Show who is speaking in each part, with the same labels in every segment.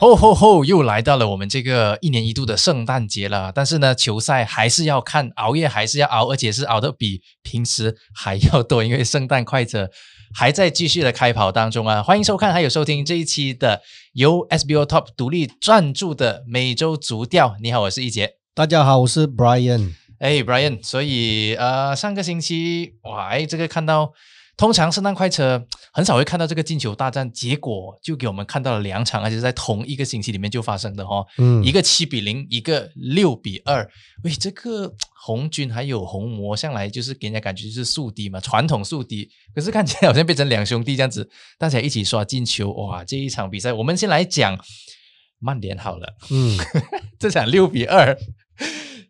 Speaker 1: 吼吼吼！又来到了我们这个一年一度的圣诞节了，但是呢，球赛还是要看，熬夜还是要熬，而且是熬的比平时还要多，因为圣诞快车还在继续的开跑当中啊！ 欢迎收看还有收听这一期的由 SBO Top 独立赞助的每周足调。你好，我是一杰。
Speaker 2: 大家好，我是 Brian。
Speaker 1: 哎，Brian，所以呃，上个星期哇，哎，这个看到，通常圣诞快车很少会看到这个进球大战，结果就给我们看到了两场，而且是在同一个星期里面就发生的哦，
Speaker 2: 嗯
Speaker 1: 一个七比零，一个六比二。喂，这个红军还有红魔向来就是给人家感觉就是宿敌嘛，传统宿敌，可是看起来好像变成两兄弟这样子，大家一起刷进球，哇，这一场比赛我们先来讲曼联好了，
Speaker 2: 嗯，
Speaker 1: 这场六比二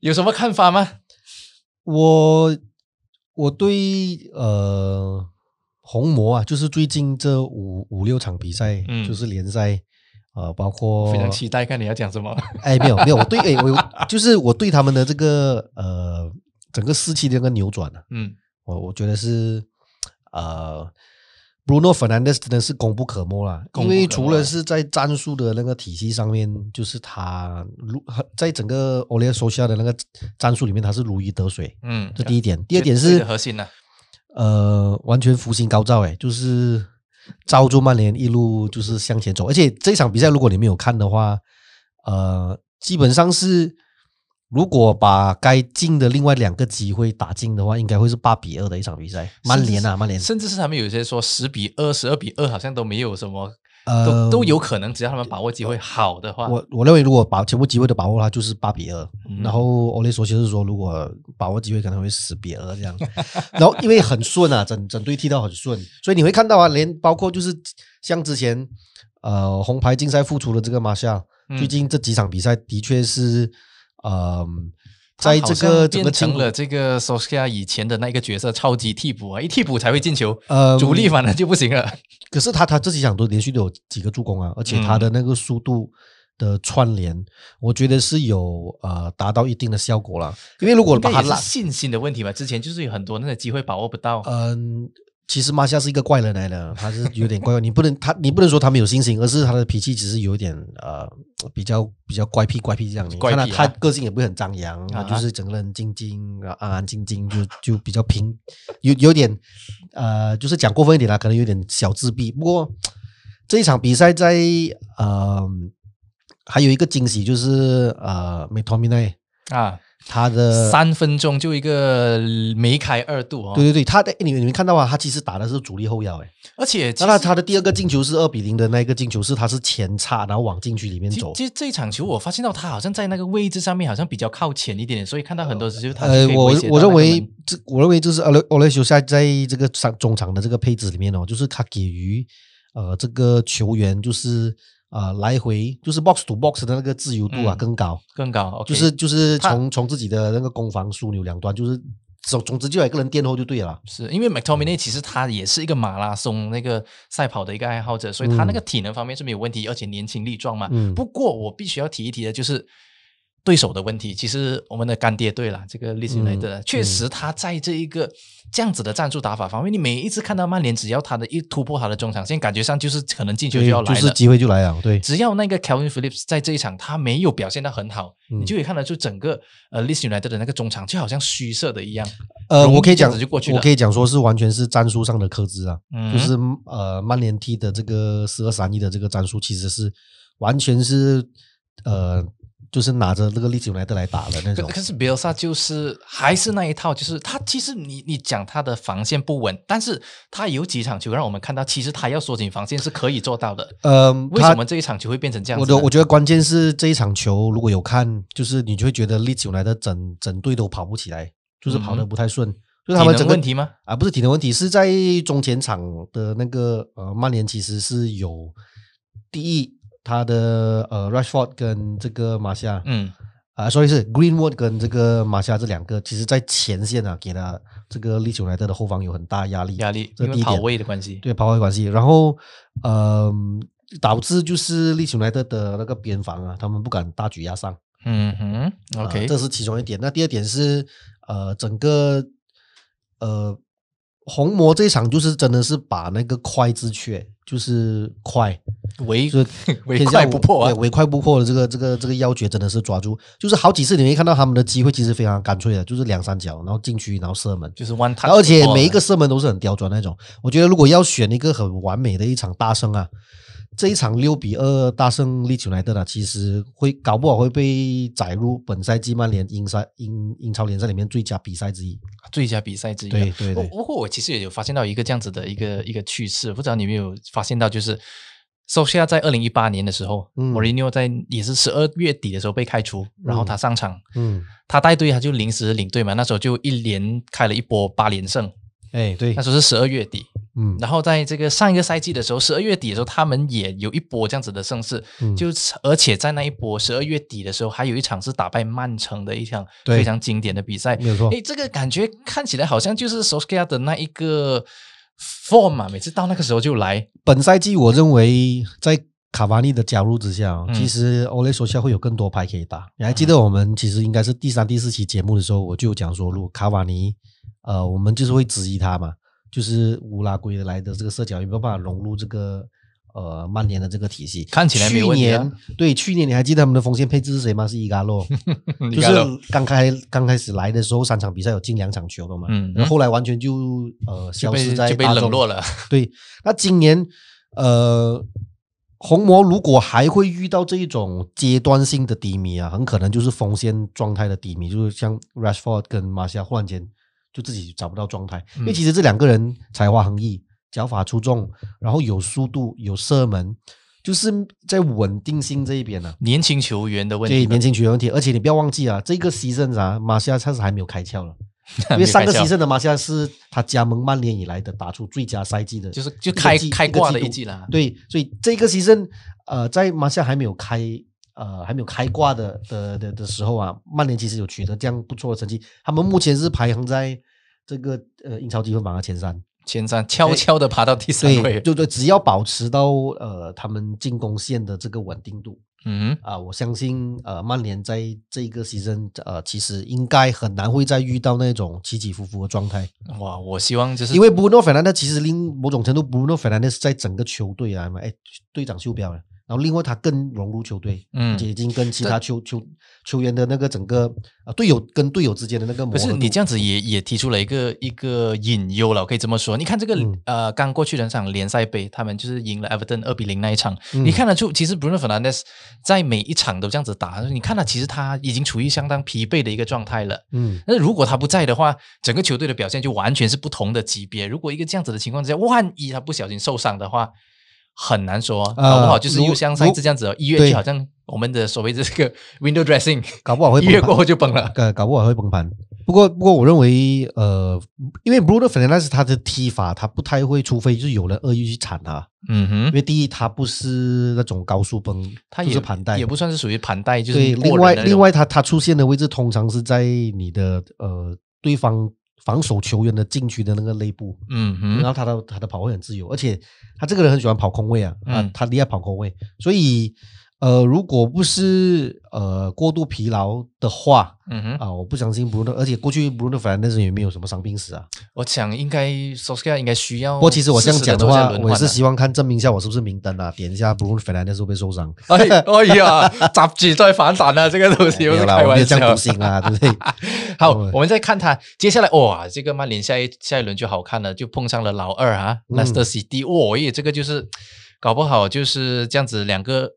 Speaker 1: 有什么看法吗？
Speaker 2: 我我对呃红魔啊，就是最近这五五六场比赛，
Speaker 1: 嗯
Speaker 2: 就是联赛，呃，包括
Speaker 1: 非常期待看你要讲什么。
Speaker 2: 哎，没有没有，我对哎，我有就是我对他们的这个呃整个士气的一个扭转啊，
Speaker 1: 嗯
Speaker 2: 我我觉得是呃，Bruno Fernandes 真的是功不可没啦，
Speaker 1: 功
Speaker 2: 因
Speaker 1: 不
Speaker 2: 为
Speaker 1: 可
Speaker 2: 除
Speaker 1: 没
Speaker 2: 了是在战术的那个体系上面，就是他如在整个 Ole 手下的那个战术里面，他是如鱼得水，
Speaker 1: 嗯，
Speaker 2: 这第一点。第二
Speaker 1: 这
Speaker 2: 点
Speaker 1: 这
Speaker 2: 是
Speaker 1: 个核心呢、啊
Speaker 2: 呃，完全福星高照，哎，就是照住曼联一路就是向前走。而且这场比赛如果你没有看的话，呃，基本上是如果把该进的另外两个机会打进的话，应该会是八比二的一场比赛。曼联啊，曼联，
Speaker 1: 甚至是他们有些说十比二、十二比二，好像都没有什么，
Speaker 2: 呃，
Speaker 1: 都都有。可能，只要他们把握机会好的话，
Speaker 2: 我我认为，如果把全部机会都把握的话，就是八比二、
Speaker 1: 嗯
Speaker 2: 然后欧雷索就是说，如果把握机会，可能会十比二这样。 然后因为很顺啊，整整队踢到很顺，所以你会看到啊，连包括就是像之前呃红牌竞赛复出的这个马夏，
Speaker 1: 嗯
Speaker 2: 最近这几场比赛的确是呃，
Speaker 1: 他
Speaker 2: 在
Speaker 1: 好
Speaker 2: 这
Speaker 1: 像
Speaker 2: 个整
Speaker 1: 变
Speaker 2: 个进
Speaker 1: 成了这个 s o s i a 以前的那一个角色，超级替补啊，一替补才会进球，
Speaker 2: 呃
Speaker 1: 主力反而就不行了。
Speaker 2: 可是他他这几场都连续都有几个助攻啊，而且他
Speaker 1: 嗯
Speaker 2: 的那个速度的串联，我觉得是有呃达到一定的效果了。因为如果
Speaker 1: 应该
Speaker 2: 把他
Speaker 1: 也是
Speaker 2: 拉，
Speaker 1: 信心的问题吧，之前就是有很多那个机会把握不到。
Speaker 2: 嗯、其实马夏是一个怪人来的，他是有点怪怪。你不能他你不能说他没有信心，而是他的脾气只是有一点呃比较比较怪癖怪癖这样。你
Speaker 1: 怪
Speaker 2: 看
Speaker 1: 癖啊
Speaker 2: 他他个性也不会很张扬，
Speaker 1: 啊
Speaker 2: 他就是整个人静静啊安安静静，就就比较平，有有点呃，就是讲过分一点啦，可能有点小自闭。不过这一场比赛在呃还有一个惊喜就是呃美托米奈
Speaker 1: 啊，
Speaker 2: 他的
Speaker 1: 三分钟就一个梅开二度哦
Speaker 2: 对，对对，他的你你们看到啊，他其实打的是主力后腰哎。
Speaker 1: 而且其
Speaker 2: 那他
Speaker 1: 实
Speaker 2: 他的第二个进球是二比零的那一个进球，是他是前插，然后往禁区里面
Speaker 1: 其
Speaker 2: 走。
Speaker 1: 其实这一场球，我发现到他好像在那个位置上面好像比较靠前一点点，所以看到很多时候他
Speaker 2: 呃
Speaker 1: 是可，以
Speaker 2: 我
Speaker 1: 威胁到
Speaker 2: 我认
Speaker 1: 那个
Speaker 2: 为
Speaker 1: 门
Speaker 2: 这，我认为就是奥雷奥雷修在在这个场中场的这个配置里面哦，就是他给予呃这个球员就是呃来回就是 box to box 的那个自由度啊、
Speaker 1: 嗯
Speaker 2: 更高，
Speaker 1: 更高，OK，
Speaker 2: 就是就是
Speaker 1: 他
Speaker 2: 从从自己的那个攻防枢纽两端，就是总总之就有一个人垫后就对了啦。
Speaker 1: 是因为
Speaker 2: 嗯
Speaker 1: McTominay 其实他也是一个马拉松那个赛跑的一个爱好者，所以他那个体能方面是没有问题，而且年轻力壮嘛。
Speaker 2: 嗯
Speaker 1: 不过我必须要提一提的就是对手的问题。其实我们的干爹队啦，这个利兹
Speaker 2: 嗯
Speaker 1: 联的，确实他在这一个这样子的战术打法方面，你每一次看到曼联，只要他的一突破他的中场线，感觉上就是可能进球就
Speaker 2: 对
Speaker 1: 要来了，
Speaker 2: 就是机会就来了，对，
Speaker 1: 只要那个 Calvin Phillips 在这一场他没有表现得很好，
Speaker 2: 嗯
Speaker 1: 你就可以看得出整个呃 l e s United 的那个中场就好像虚设的一样。
Speaker 2: 呃，
Speaker 1: 容易
Speaker 2: 我可以
Speaker 1: 这样
Speaker 2: 讲，
Speaker 1: 子就过去了
Speaker 2: 我可以讲说是完全是战术上的克制啊，
Speaker 1: 嗯
Speaker 2: 就是呃，曼联踢的这个四二三一的这个战术其实是完全是呃，就是拿着那个利兹莱特来打的那
Speaker 1: 可
Speaker 2: 种。
Speaker 1: 可是 b i e l s a 就是还是那一套，就是他其实你你讲他的防线不稳，但是他有几场球让我们看到，其实他要缩紧防线是可以做到的。
Speaker 2: 呃，
Speaker 1: 为
Speaker 2: 他
Speaker 1: 什么这一场球会变成这样
Speaker 2: 我
Speaker 1: 子呢？
Speaker 2: 的我觉得关键是这一场球，如果有看，就是你就会觉得利兹莱特整整队都跑不起来，就是跑得
Speaker 1: 嗯
Speaker 2: 不太顺，就是他们
Speaker 1: 体能
Speaker 2: 整个
Speaker 1: 问题吗？
Speaker 2: 啊，不是体能问题，是在中前场的那个呃，曼联其实是有第一，他的呃 Rashford 跟这个马夏，
Speaker 1: 嗯，
Speaker 2: 啊，所以是 Greenwood 跟这个马夏这两个，其实在前线啊，给了这个利久莱特的后方有很大压力，
Speaker 1: 压力
Speaker 2: 这
Speaker 1: 因
Speaker 2: 第
Speaker 1: 为
Speaker 2: 一
Speaker 1: 跑
Speaker 2: 点，
Speaker 1: 位的关系。
Speaker 2: 对跑位关系，然后呃，导致就是利久莱特的那个边防啊，他们不敢大举压上。
Speaker 1: 嗯哼
Speaker 2: 啊
Speaker 1: ，OK，
Speaker 2: 这是其中一点。那第二点是呃，整个呃红魔这一场就是真的是把那个快字诀，就是快，
Speaker 1: 唯
Speaker 2: 就是
Speaker 1: 唯
Speaker 2: 偏向
Speaker 1: 快不破啊
Speaker 2: 对，唯快不破的这个这个这个要诀真的是抓住，就是好几次你会看到他们的机会其实非常干脆的，就是两三脚，然后进去，然后射门，
Speaker 1: 就是 one time，
Speaker 2: 而且
Speaker 1: ball 啊
Speaker 2: 每一个射门都是很刁钻那种。我觉得如果要选一个很完美的一场大胜啊，这一场六比二大胜利球莱特呢，其实会搞不好会被载入本赛季曼联英赛英英超联赛里面最佳比赛之一。
Speaker 1: 最佳比赛之一啊。
Speaker 2: 对对
Speaker 1: 我
Speaker 2: 对，
Speaker 1: 不过我其实也有发现到一个这样子的一个一个趋势，不知道你有没有发现到，就是索西亚在二零一八年的时候，
Speaker 2: 嗯
Speaker 1: 莫里尼奥在也是十二月底的时候被开除，然后他上场，
Speaker 2: 嗯，
Speaker 1: 他带队他就临时领队嘛，那时候就一连开了一波八连胜，
Speaker 2: 哎对
Speaker 1: 那，时候是十二月底，
Speaker 2: 嗯，
Speaker 1: 然后在这个上一个赛季的时候，十二月底的时候，他们也有一波这样子的盛世，
Speaker 2: 嗯
Speaker 1: 就是而且在那一波十二月底的时候，还有一场是打败曼城的一场
Speaker 2: 对
Speaker 1: 非常经典的比赛。
Speaker 2: 没有错
Speaker 1: 诶，这个感觉看起来好像就是 s o s k a 的那一个 form 嘛，每次到那个时候就 来，
Speaker 2: 本赛季我认为在。卡瓦尼的加入之下哦，
Speaker 1: 嗯
Speaker 2: 其实欧雷手下会有更多牌可以打。你还记得我们其实应该是第三、第四期节目的时候，我就有讲说，如果卡瓦尼，呃，我们就是会质疑他嘛，就是乌拉圭来的这个射脚有没有办法融入这个呃曼联的这个体系？
Speaker 1: 看起来没
Speaker 2: 去
Speaker 1: 问题啊
Speaker 2: 年对去年你还记得他们的锋线配置是谁吗？是伊嘎 洛，
Speaker 1: 你
Speaker 2: 就
Speaker 1: 看到
Speaker 2: 是刚开刚开始来的时候，三场比赛有进两场球的嘛，
Speaker 1: 嗯
Speaker 2: 然后后来完全就呃
Speaker 1: 就
Speaker 2: 消
Speaker 1: 被
Speaker 2: 失在
Speaker 1: 就被
Speaker 2: 大众
Speaker 1: 冷落了，
Speaker 2: 对，那今年呃，红魔如果还会遇到这一种阶段性的低迷啊，很可能就是锋线状态的低迷，就是像 Rashford 跟马夏忽然间就自己找不到状态，因为
Speaker 1: 嗯
Speaker 2: 其实这两个人才华横溢，脚法出众，然后有速度，有射门，就是在稳定性这一边呢、啊。
Speaker 1: 年轻球员的问
Speaker 2: 对
Speaker 1: 题吧，
Speaker 2: 年轻球员问题，而且你不要忘记啊，这个 season 啊，马夏他是还没有开窍了，因为
Speaker 1: 没
Speaker 2: 上个
Speaker 1: 开窍
Speaker 2: season 的马夏是他加盟曼联以来的打出最佳赛季的，
Speaker 1: 就是就开
Speaker 2: 一个季
Speaker 1: 开挂的一
Speaker 2: 季
Speaker 1: 季啦，
Speaker 2: 度。对，所以这个 season 呃，在马夏还没有开呃还没有开挂的的的的时候啊，曼联其实有取得这样不错的成绩，他们目前是排行在这个呃英超积分榜的前三。
Speaker 1: 前三悄悄的爬到第三
Speaker 2: 对，
Speaker 1: 位，
Speaker 2: 对对，只要保持到呃他们进攻线的这个稳定度
Speaker 1: 嗯
Speaker 2: 啊、我相信呃曼联在这个 season 呃其实应该很难会再遇到那种起起伏伏的状态。
Speaker 1: 哼，哇，我希望就是
Speaker 2: 因为 Bruno Fernandes 其实另某种程度，Bruno Fernandes 在整个球队啊，哎，队长袖标了。然后另外他更融入球队，
Speaker 1: 嗯
Speaker 2: 而且已经跟其他球球球员的那个整个啊队友跟队友之间的那个磨
Speaker 1: 可
Speaker 2: 合
Speaker 1: 是
Speaker 2: 度
Speaker 1: 你这样子也也提出了一个一个隐忧了，我可以这么说。你看这个、
Speaker 2: 嗯
Speaker 1: 呃，刚过去两场联赛杯，他们就是赢了 Everton 二比零那一场，
Speaker 2: 嗯
Speaker 1: 你看得出，其实 Bruno Fernandes 在每一场都这样子打，你看他其实他已经处于相当疲惫的一个状态了。
Speaker 2: 嗯，
Speaker 1: 那如果他不在的话，整个球队的表现就完全是不同的级别。如果一个这样子的情况之下，万一他不小心受伤的话，很难说，
Speaker 2: 呃
Speaker 1: 搞不好就是又像上一次
Speaker 2: 如
Speaker 1: 这样子哦，一月
Speaker 2: 对
Speaker 1: 就好像我们的所谓这个 window dressing，
Speaker 2: 搞不好会
Speaker 1: 一月
Speaker 2: 崩
Speaker 1: 过
Speaker 2: 盘，啊
Speaker 1: 后就崩了。
Speaker 2: 搞搞不好会崩盘。不过不过我认为呃，因为 Bruno Fernandes 他的踢法他不太会，除非就是有人恶意去铲他，
Speaker 1: 嗯哼
Speaker 2: 因。为第一他不是那种高速崩，
Speaker 1: 他
Speaker 2: 就
Speaker 1: 也
Speaker 2: 是盘带，
Speaker 1: 也不算是属于盘带，就是
Speaker 2: 对，
Speaker 1: 过人
Speaker 2: 另外
Speaker 1: 的那种
Speaker 2: 另外他他出现的位置通常是在你的呃对方防守球员的禁区的那个内部，
Speaker 1: 嗯哼，
Speaker 2: 然后他的他的跑位很自由，而且他这个人很喜欢跑空位啊，啊
Speaker 1: 嗯
Speaker 2: 他厉害跑空位，所以呃如果不是呃过度疲劳的话
Speaker 1: 嗯哼，
Speaker 2: 啊，我不相信 Bruno，而且过去 Bruno Fernandes 也没有什么伤病史啊。
Speaker 1: 我想应该 s o s k a 应该需要。
Speaker 2: 不过其实我这样讲
Speaker 1: 的
Speaker 2: 话，我也是
Speaker 1: 希
Speaker 2: 希望看证明一下我是不是明灯啊，点一下 Bruno Fernandes 会不会 受伤。
Speaker 1: 哎哎 呀，杂技在反弹了，这个东西
Speaker 2: 没
Speaker 1: 我是
Speaker 2: 有啦，
Speaker 1: 开
Speaker 2: 我没
Speaker 1: 玩
Speaker 2: 有这样
Speaker 1: 笑
Speaker 2: 读。心啦，对不 对？
Speaker 1: 好，
Speaker 2: 嗯
Speaker 1: 我们再看他接下来，哇，这个曼联下一下一轮就好看了，就碰上了老二啊
Speaker 2: 嗯
Speaker 1: ，Leicester City，哇耶，这个就是搞不好就是这样子两个。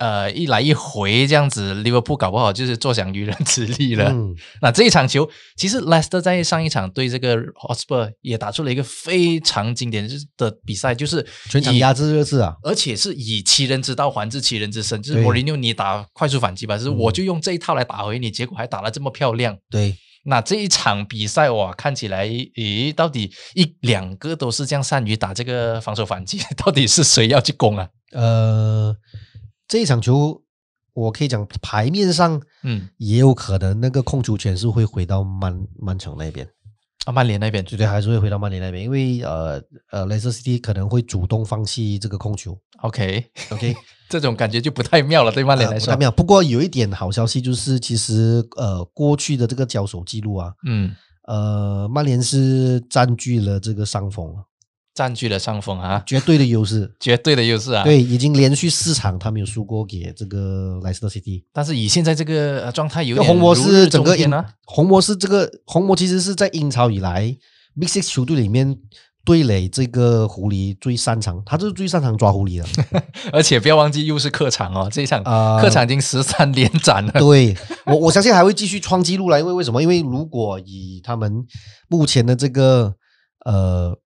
Speaker 1: 呃，一来一回这样子，利物浦搞不好就是坐享渔人之利了。
Speaker 2: 嗯
Speaker 1: 那这一场球，其实 Leicester 在上一场对这个 Hotspur 也打出了一个非常经典的比赛，就是
Speaker 2: 全场
Speaker 1: 以
Speaker 2: 压制热刺啊，
Speaker 1: 而且是以其人之道还治其人之身，就是
Speaker 2: 对嗯
Speaker 1: 莫里纽你打快速反击吧，就是我就用这一套来打回你，结果还打得这么漂亮。
Speaker 2: 对，
Speaker 1: 那这一场比赛哇，看起来，咦，到底一两个都是这样善于打这个防守反击， 到底是谁要去攻啊？
Speaker 2: 呃，这一场球，我可以讲牌面上
Speaker 1: 嗯，
Speaker 2: 也有可能那个控球权是会回到曼曼城那边，
Speaker 1: 啊，曼联那边
Speaker 2: 绝对还是会回到曼联那边，因为呃呃，雷瑟 City 可能会主动放弃这个控球。
Speaker 1: ，OK，
Speaker 2: OK，
Speaker 1: 这种感觉就不太妙了，对曼联来
Speaker 2: 呃不
Speaker 1: 说
Speaker 2: 太，妙。不过有一点好消息就是，其实呃过去的这个交手记录啊，
Speaker 1: 嗯
Speaker 2: 呃，曼联是占据了这个上风，啊
Speaker 1: 占据了上风啊，
Speaker 2: 绝对的优势。
Speaker 1: 绝对的优势啊。，
Speaker 2: 对，已经连续四场他没有输过给这个莱斯特 City。
Speaker 1: 但是以现在这个呃状态有
Speaker 2: 这
Speaker 1: 点
Speaker 2: 红魔
Speaker 1: 如日
Speaker 2: 是
Speaker 1: 中
Speaker 2: 整个英
Speaker 1: 天啊，
Speaker 2: 红魔是这个红魔其实是在英超以来 Big Six 球队里面对垒这个狐狸最擅长，他就是最擅长抓狐狸 的。
Speaker 1: 而且不要忘记又是客场哦，这一场
Speaker 2: 啊
Speaker 1: 客场已经十三连斩了。
Speaker 2: 对我，我相信还会继续创纪录啦，因为为什么？因为如果以他们目前的这个呃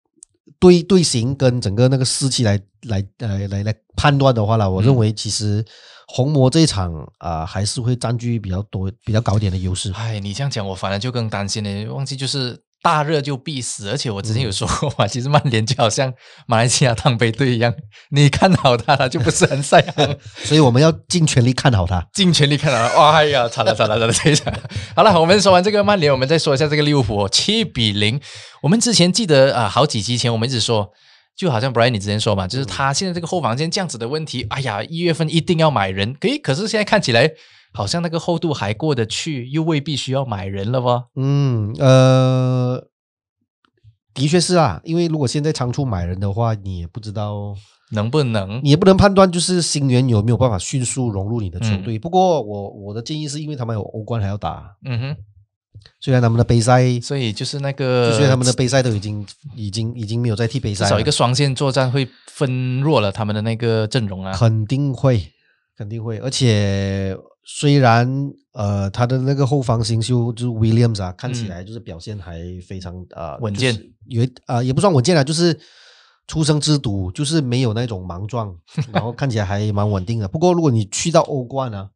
Speaker 2: 队队形跟整个那个士气来来来来来判断的话啦，我
Speaker 1: 嗯
Speaker 2: 认为其实红魔这一场啊、还是会占据比较多、比较高一点的优势。
Speaker 1: 哎，你这样讲，我反而就更担心了。忘记就是大热就必死，而且我之前有说过嘛，其实曼联就好像马来西亚汤杯队一样，你看好他，他就不是很在行，
Speaker 2: 所以我们要尽全力看好它。
Speaker 1: 尽全力看好他。哇，哎呀，惨了惨了惨了，这一场。好了， 我们说完这个曼联，我们再说一下这个利物浦哦七比零。我们之前记得啊、好几集前我们一直说。就好像 Brian 你之前说嘛，
Speaker 2: 嗯
Speaker 1: 就是他现在这个后防线这样子的问题，哎呀，一月份一定要买人，诶，可是现在看起来好像那个厚度还过得去，又未必需要买人了哦。
Speaker 2: 嗯，呃，的确是啊，因为如果现在仓促买人的话，你也不知道，
Speaker 1: 能不能
Speaker 2: 你也不能判断就是新援有没有办法迅速融入你的球队。不过我我的建议是因为他们有欧冠还要打，
Speaker 1: 嗯哼，
Speaker 2: 虽然他们的杯赛，就
Speaker 1: 所以就是那个，
Speaker 2: 虽然他们的杯赛都已经已经已经没有在踢杯
Speaker 1: 呃至
Speaker 2: 赛
Speaker 1: 少
Speaker 2: 了，
Speaker 1: 一个双线作战会分弱了他们的那个阵容啊。
Speaker 2: 肯定会肯定会，而且虽然呃他的那个后防新秀就是 Williams 啊，看
Speaker 1: 嗯
Speaker 2: 起来就是表现还非常呃
Speaker 1: 稳
Speaker 2: 就是
Speaker 1: 健
Speaker 2: 有一啊、也不算稳健了，就是出生之犊，就是没有那种莽撞，然后看起来还蛮稳定的。不 过如果你去到欧冠啊，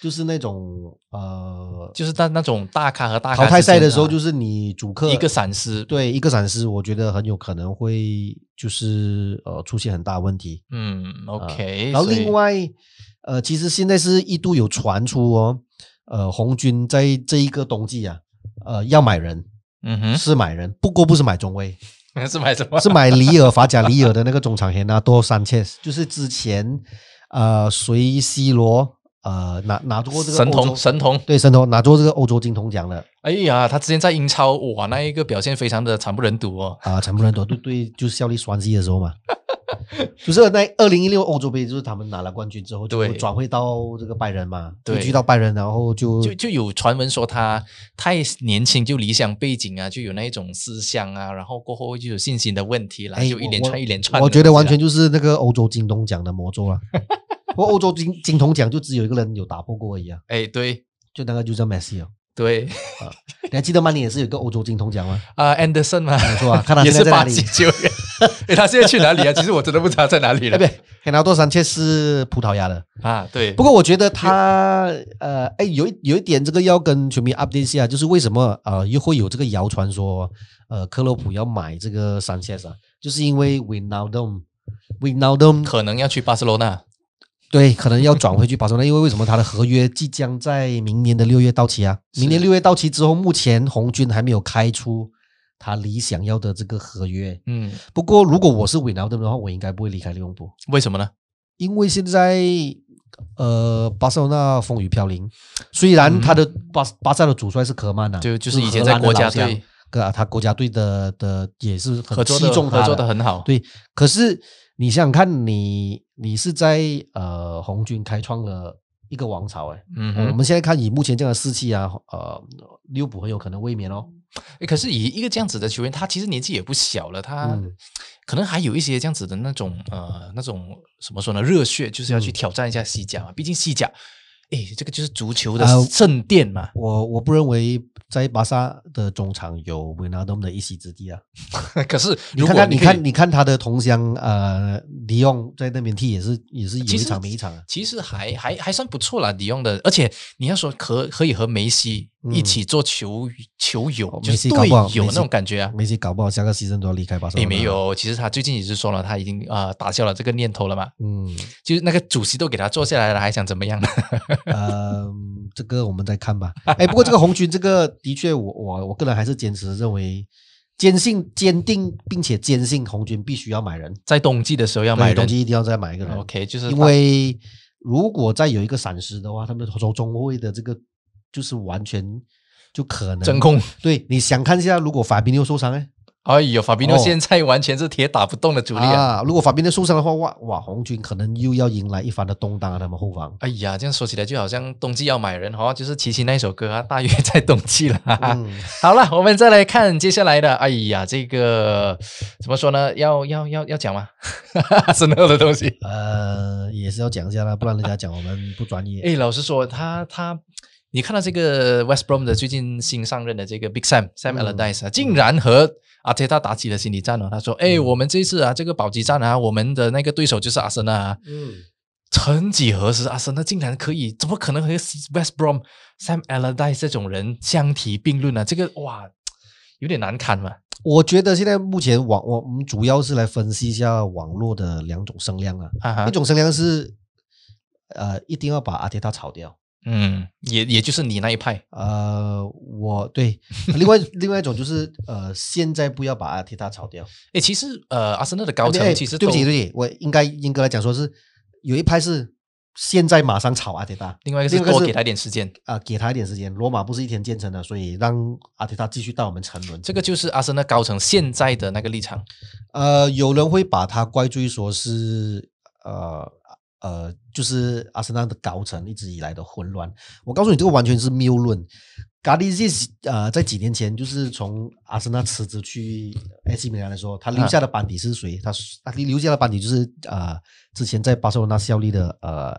Speaker 2: 就是那种呃
Speaker 1: 就是那那种大咖和大咖
Speaker 2: 淘汰赛的
Speaker 1: 之间啊
Speaker 2: 时候，就是你主客
Speaker 1: 一个闪失，
Speaker 2: 对一个闪失，我觉得很有可能会就是呃出现很大问题。
Speaker 1: 嗯
Speaker 2: 啊
Speaker 1: ，OK、
Speaker 2: 然后
Speaker 1: 所以
Speaker 2: 另外，呃，其实现在是一度有传出哦，呃，红军在这一个冬季啊，呃，要买人，
Speaker 1: 嗯哼，
Speaker 2: 是买人，不过不是买中卫，
Speaker 1: 是买什么？
Speaker 2: 是买里尔法甲里尔的那个中场贤纳多三切斯，就是之前呃随 C 罗呃拿拿过这个
Speaker 1: 神
Speaker 2: 欧
Speaker 1: 童
Speaker 2: 洲
Speaker 1: 神童，
Speaker 2: 对神童拿过这个欧洲金童奖的
Speaker 1: 哎呀，他之前在英超哇，那一个表现非常的惨不忍睹哦。
Speaker 2: 啊，惨不忍睹，对对，就是效力双 C 的时候嘛。就是那二零一六欧洲杯，就是他们拿了冠军之后，就
Speaker 1: 对
Speaker 2: 转会到这个拜仁嘛，
Speaker 1: 对
Speaker 2: 就去到拜仁，然后就
Speaker 1: 就就有传闻说他太年轻，就理想背景啊，就有那一种思想啊，然后过后就有信心的问题啦，
Speaker 2: 哎
Speaker 1: 就一
Speaker 2: 我
Speaker 1: 连
Speaker 2: 我
Speaker 1: 串一连串的东西啦。啊
Speaker 2: 我觉得完全就是那个欧洲金童奖的魔咒 啊。不过欧洲金金童奖就只有一个人有打破过而已啊，
Speaker 1: 哎，对
Speaker 2: 就那个就叫 Messi 哦。
Speaker 1: 对，
Speaker 2: 你还记得曼联也是有一个欧洲金童奖 吗？
Speaker 1: 啊、a n d e r s o n 嘛，
Speaker 2: 错啊看 他
Speaker 1: 也
Speaker 2: 现在
Speaker 1: 是
Speaker 2: 在
Speaker 1: 巴
Speaker 2: 哪里
Speaker 1: 西球员。 哎，他现在去哪里啊？其实我真的不知道在哪里了。
Speaker 2: 哎，不对，黑拿多桑切是葡萄牙的。
Speaker 1: 啊，对，
Speaker 2: 不过我觉得他呃，哎，有一有一点这个要跟球迷 update 一下，就是为什么呃又会有这个谣传说呃克洛普要买这个三切啊，就是因为 Winaldum Winaldum
Speaker 1: 可能要去巴塞罗那。
Speaker 2: 对，可能要转回去巴塞罗那，因为为什么他的合约即将在明年的六月到期啊？
Speaker 1: 是
Speaker 2: 明年六月到期之后，目前红军还没有开出他理想要的这个合约。
Speaker 1: 嗯，
Speaker 2: 不过，如果我是韦纳德的话，我应该不会离开利物浦，
Speaker 1: 为什么呢？
Speaker 2: 因为现在呃，巴塞罗那风雨飘零，虽然他的、巴巴萨的主帅是科曼呐、
Speaker 1: 嗯就就是以前
Speaker 2: 荷兰
Speaker 1: 在国
Speaker 2: 的
Speaker 1: 家
Speaker 2: 老乡
Speaker 1: 队，
Speaker 2: 跟啊他国家队的的也是
Speaker 1: 合
Speaker 2: 很
Speaker 1: 作
Speaker 2: 器
Speaker 1: 的
Speaker 2: 重他
Speaker 1: 合作的很好。
Speaker 2: 对，可是你想想看你，你是在呃红军开创了一个王朝、欸，
Speaker 1: 嗯
Speaker 2: 我
Speaker 1: 哼，
Speaker 2: 们现在看以目前这样的士气啊，呃，利物浦很有可能卫冕哦。
Speaker 1: 诶可是以一个这样子的球员，他其实年纪也不小了，他、
Speaker 2: 嗯
Speaker 1: 可能还有一些这样子的那种呃那种怎么说呢，热血，就是
Speaker 2: 嗯
Speaker 1: 要去挑战一下西甲嘛。毕竟西甲，哎，这个就是足球的
Speaker 2: 啊
Speaker 1: 圣殿 嘛。
Speaker 2: 我我不认为在巴萨的中场有维纳多姆的一席之地啊。
Speaker 1: 可是
Speaker 2: 你
Speaker 1: 如
Speaker 2: 看
Speaker 1: 果
Speaker 2: 看，你
Speaker 1: 可以
Speaker 2: 看，你看他的同乡呃，迪用在那边踢也是也是有
Speaker 1: 呃其
Speaker 2: 一
Speaker 1: 实
Speaker 2: 场没一场啊。
Speaker 1: 其实还还还算不错啦，迪用的，而且你要说可可以和梅西
Speaker 2: 嗯
Speaker 1: 一起做球、球友
Speaker 2: 哦，
Speaker 1: 就是
Speaker 2: 梅西
Speaker 1: 队
Speaker 2: 搞不好
Speaker 1: 友
Speaker 2: 梅
Speaker 1: 那
Speaker 2: 西嗯
Speaker 1: 种感觉啊。
Speaker 2: 梅西搞不好下个西즌 都要离开巴萨。
Speaker 1: 也没，有，其实他最近也是说了，他已经啊、呃打消了这个念头了嘛，
Speaker 2: 嗯，
Speaker 1: 就是那个主席都给他坐下来了，还想怎么样呢？
Speaker 2: 呃，这个我们再看吧。哎，不过这个红军，这个的确我，我我个人还是坚持认为，坚信、坚定并且坚信红军必须要买人，
Speaker 1: 在冬季的时候要
Speaker 2: 要
Speaker 1: 买人哦
Speaker 2: 东西一定要再买一个人。
Speaker 1: ，OK，就是
Speaker 2: 因
Speaker 1: 把
Speaker 2: 为如果再有一个闪失的话，他们手中后卫的这个就是完全就可能
Speaker 1: 真 空。
Speaker 2: 对，你想看一下，如果法比尼奥受伤哎，
Speaker 1: 哎呦，法比诺
Speaker 2: 哦
Speaker 1: 现在完全是铁打不动的主力啊！
Speaker 2: 啊，如果法比尼奥受伤的话，哇哇，红军可能又要迎来一番的动荡啊，他们后方。
Speaker 1: 哎呀，这样说起来就好像冬季要买人哦，就是齐秦那一首歌啊，大约在冬季了。
Speaker 2: 嗯，
Speaker 1: 好了，我们再来看接下来的。哎呀，这个怎么说呢？要要要要讲吗？ 深奥的东西。
Speaker 2: 呃，也是要讲一下啦，不然人家讲我们不专业。
Speaker 1: 哎，老实说，他他，你看到这个 West Brom 的最近新上任的这个 Big Sam Sam
Speaker 2: 嗯
Speaker 1: Allardyce 啊，竟然和阿特塔打起了心理战哦。他说：“
Speaker 2: 嗯
Speaker 1: 哎，我们这次啊，这个保级战啊，我们的那个对手就是阿森纳啊。”
Speaker 2: 嗯，
Speaker 1: 曾几何时，阿森纳竟然可以，怎么可能和 West Brom、Sam Allardyce 这种人相提并论呢、这个哇，有点难堪嘛。
Speaker 2: 我觉得现在目前网我我们主要是来分析一下网络的两种声量啊，
Speaker 1: 啊哈
Speaker 2: 一，种声量是呃一定要把阿迪达炒掉，
Speaker 1: 嗯，也也就是你那一派，
Speaker 2: 呃，我对， 另外另外一种就是呃现在不要把阿迪达炒掉，
Speaker 1: 诶，其实呃，阿森纳的高
Speaker 2: 哎
Speaker 1: 层其实
Speaker 2: 对
Speaker 1: 都
Speaker 2: 不起对不起，我应该应该来讲说是有一派是现在马上炒阿迪达。
Speaker 1: 另外一个是
Speaker 2: 另外一个
Speaker 1: 多
Speaker 2: 是
Speaker 1: 给他一点时间，
Speaker 2: 啊、给他一点时间。罗马不是一天建成的，所以让阿迪达继续带我们沉沦。
Speaker 1: 这个就是阿森纳高层现在的那个立场。
Speaker 2: 呃，有人会把他怪罪说是呃呃，就是阿森纳的高层一直以来的混乱。我告诉你，这个完全是谬论。咖喱是呃，在几年前就是从阿森纳辞职去 AC 米兰来说，他留下的班底是谁？他他留下的班底就是呃，之前在巴塞罗那效力的呃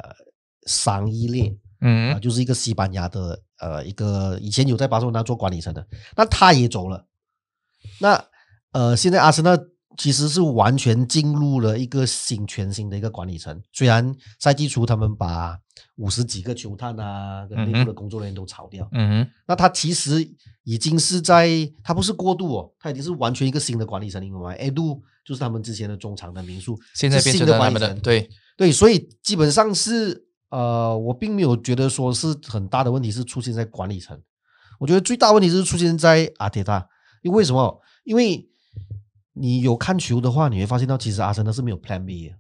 Speaker 2: 桑伊列。啊、
Speaker 1: 嗯
Speaker 2: 就是一个西班牙的呃一个以前有在巴塞罗那做管理层的，那他也走了。那呃，现在阿森纳其实是完全进入了一个新全新的一个管理层，虽然赛季初他们把五十几个球探啊跟内部的工作人员都炒掉，
Speaker 1: 嗯
Speaker 2: 那他其实已经是在他不是过渡哦，他已经是完全一个新的管理层，你明白吗？哎，杜就是他们之前的中场的名宿，
Speaker 1: 现在
Speaker 2: 是
Speaker 1: 变
Speaker 2: 新
Speaker 1: 成
Speaker 2: 的
Speaker 1: 了他
Speaker 2: 管
Speaker 1: 们
Speaker 2: 理
Speaker 1: 的
Speaker 2: 层
Speaker 1: 对，
Speaker 2: 对，所以基本上是呃，我并没有觉得说是很大的问题是出现在管理层，我觉得最大问题是出现在阿铁塔，因为为什么？因为你有看球的话，你会发现到其实阿森纳是没有 Plan B 的。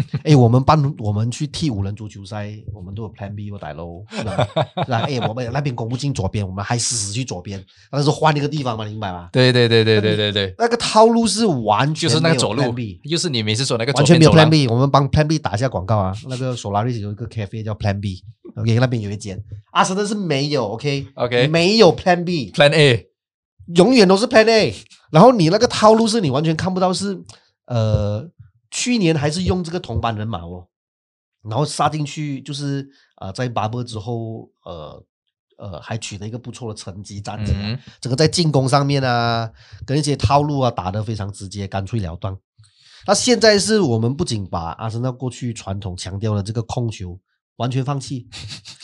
Speaker 2: 哎，我们办我们去踢五人足球赛，我们都有 Plan B 我歹喽，是吧？ 是吧？哎，我们那边攻不进左边，我们还死死去左边，但是换一个地方嘛，明白吗？
Speaker 1: 对对对对对对对，
Speaker 2: 那个套路是完
Speaker 1: 就
Speaker 2: 全
Speaker 1: 是那个
Speaker 2: 没有
Speaker 1: 左路
Speaker 2: Plan B，
Speaker 1: 就是你每次说那个
Speaker 2: 完
Speaker 1: 左
Speaker 2: 全
Speaker 1: 边
Speaker 2: 没有
Speaker 1: 走
Speaker 2: Plan
Speaker 1: 廊，
Speaker 2: B，我们帮 Plan B 打一下广告啊。那个索拉瑞有一个 cafe 叫 Plan B，OK，、那边有一间。阿森纳是没有 OK
Speaker 1: OK
Speaker 2: 没有 Plan B，
Speaker 1: Plan A，
Speaker 2: 永远都是 Plan A。然后你那个套路是你完全看不到是，呃，去年还是用这个同班人马哦，然后杀进去就是呃，在巴波之后，呃呃，还取得一个不错的成绩战绩啊、
Speaker 1: 嗯，
Speaker 2: 整个在进攻上面啊，跟一些套路啊打得非常直接、干脆了当。那现在是我们不仅把阿森纳过去传统强调的这个控球完全放弃，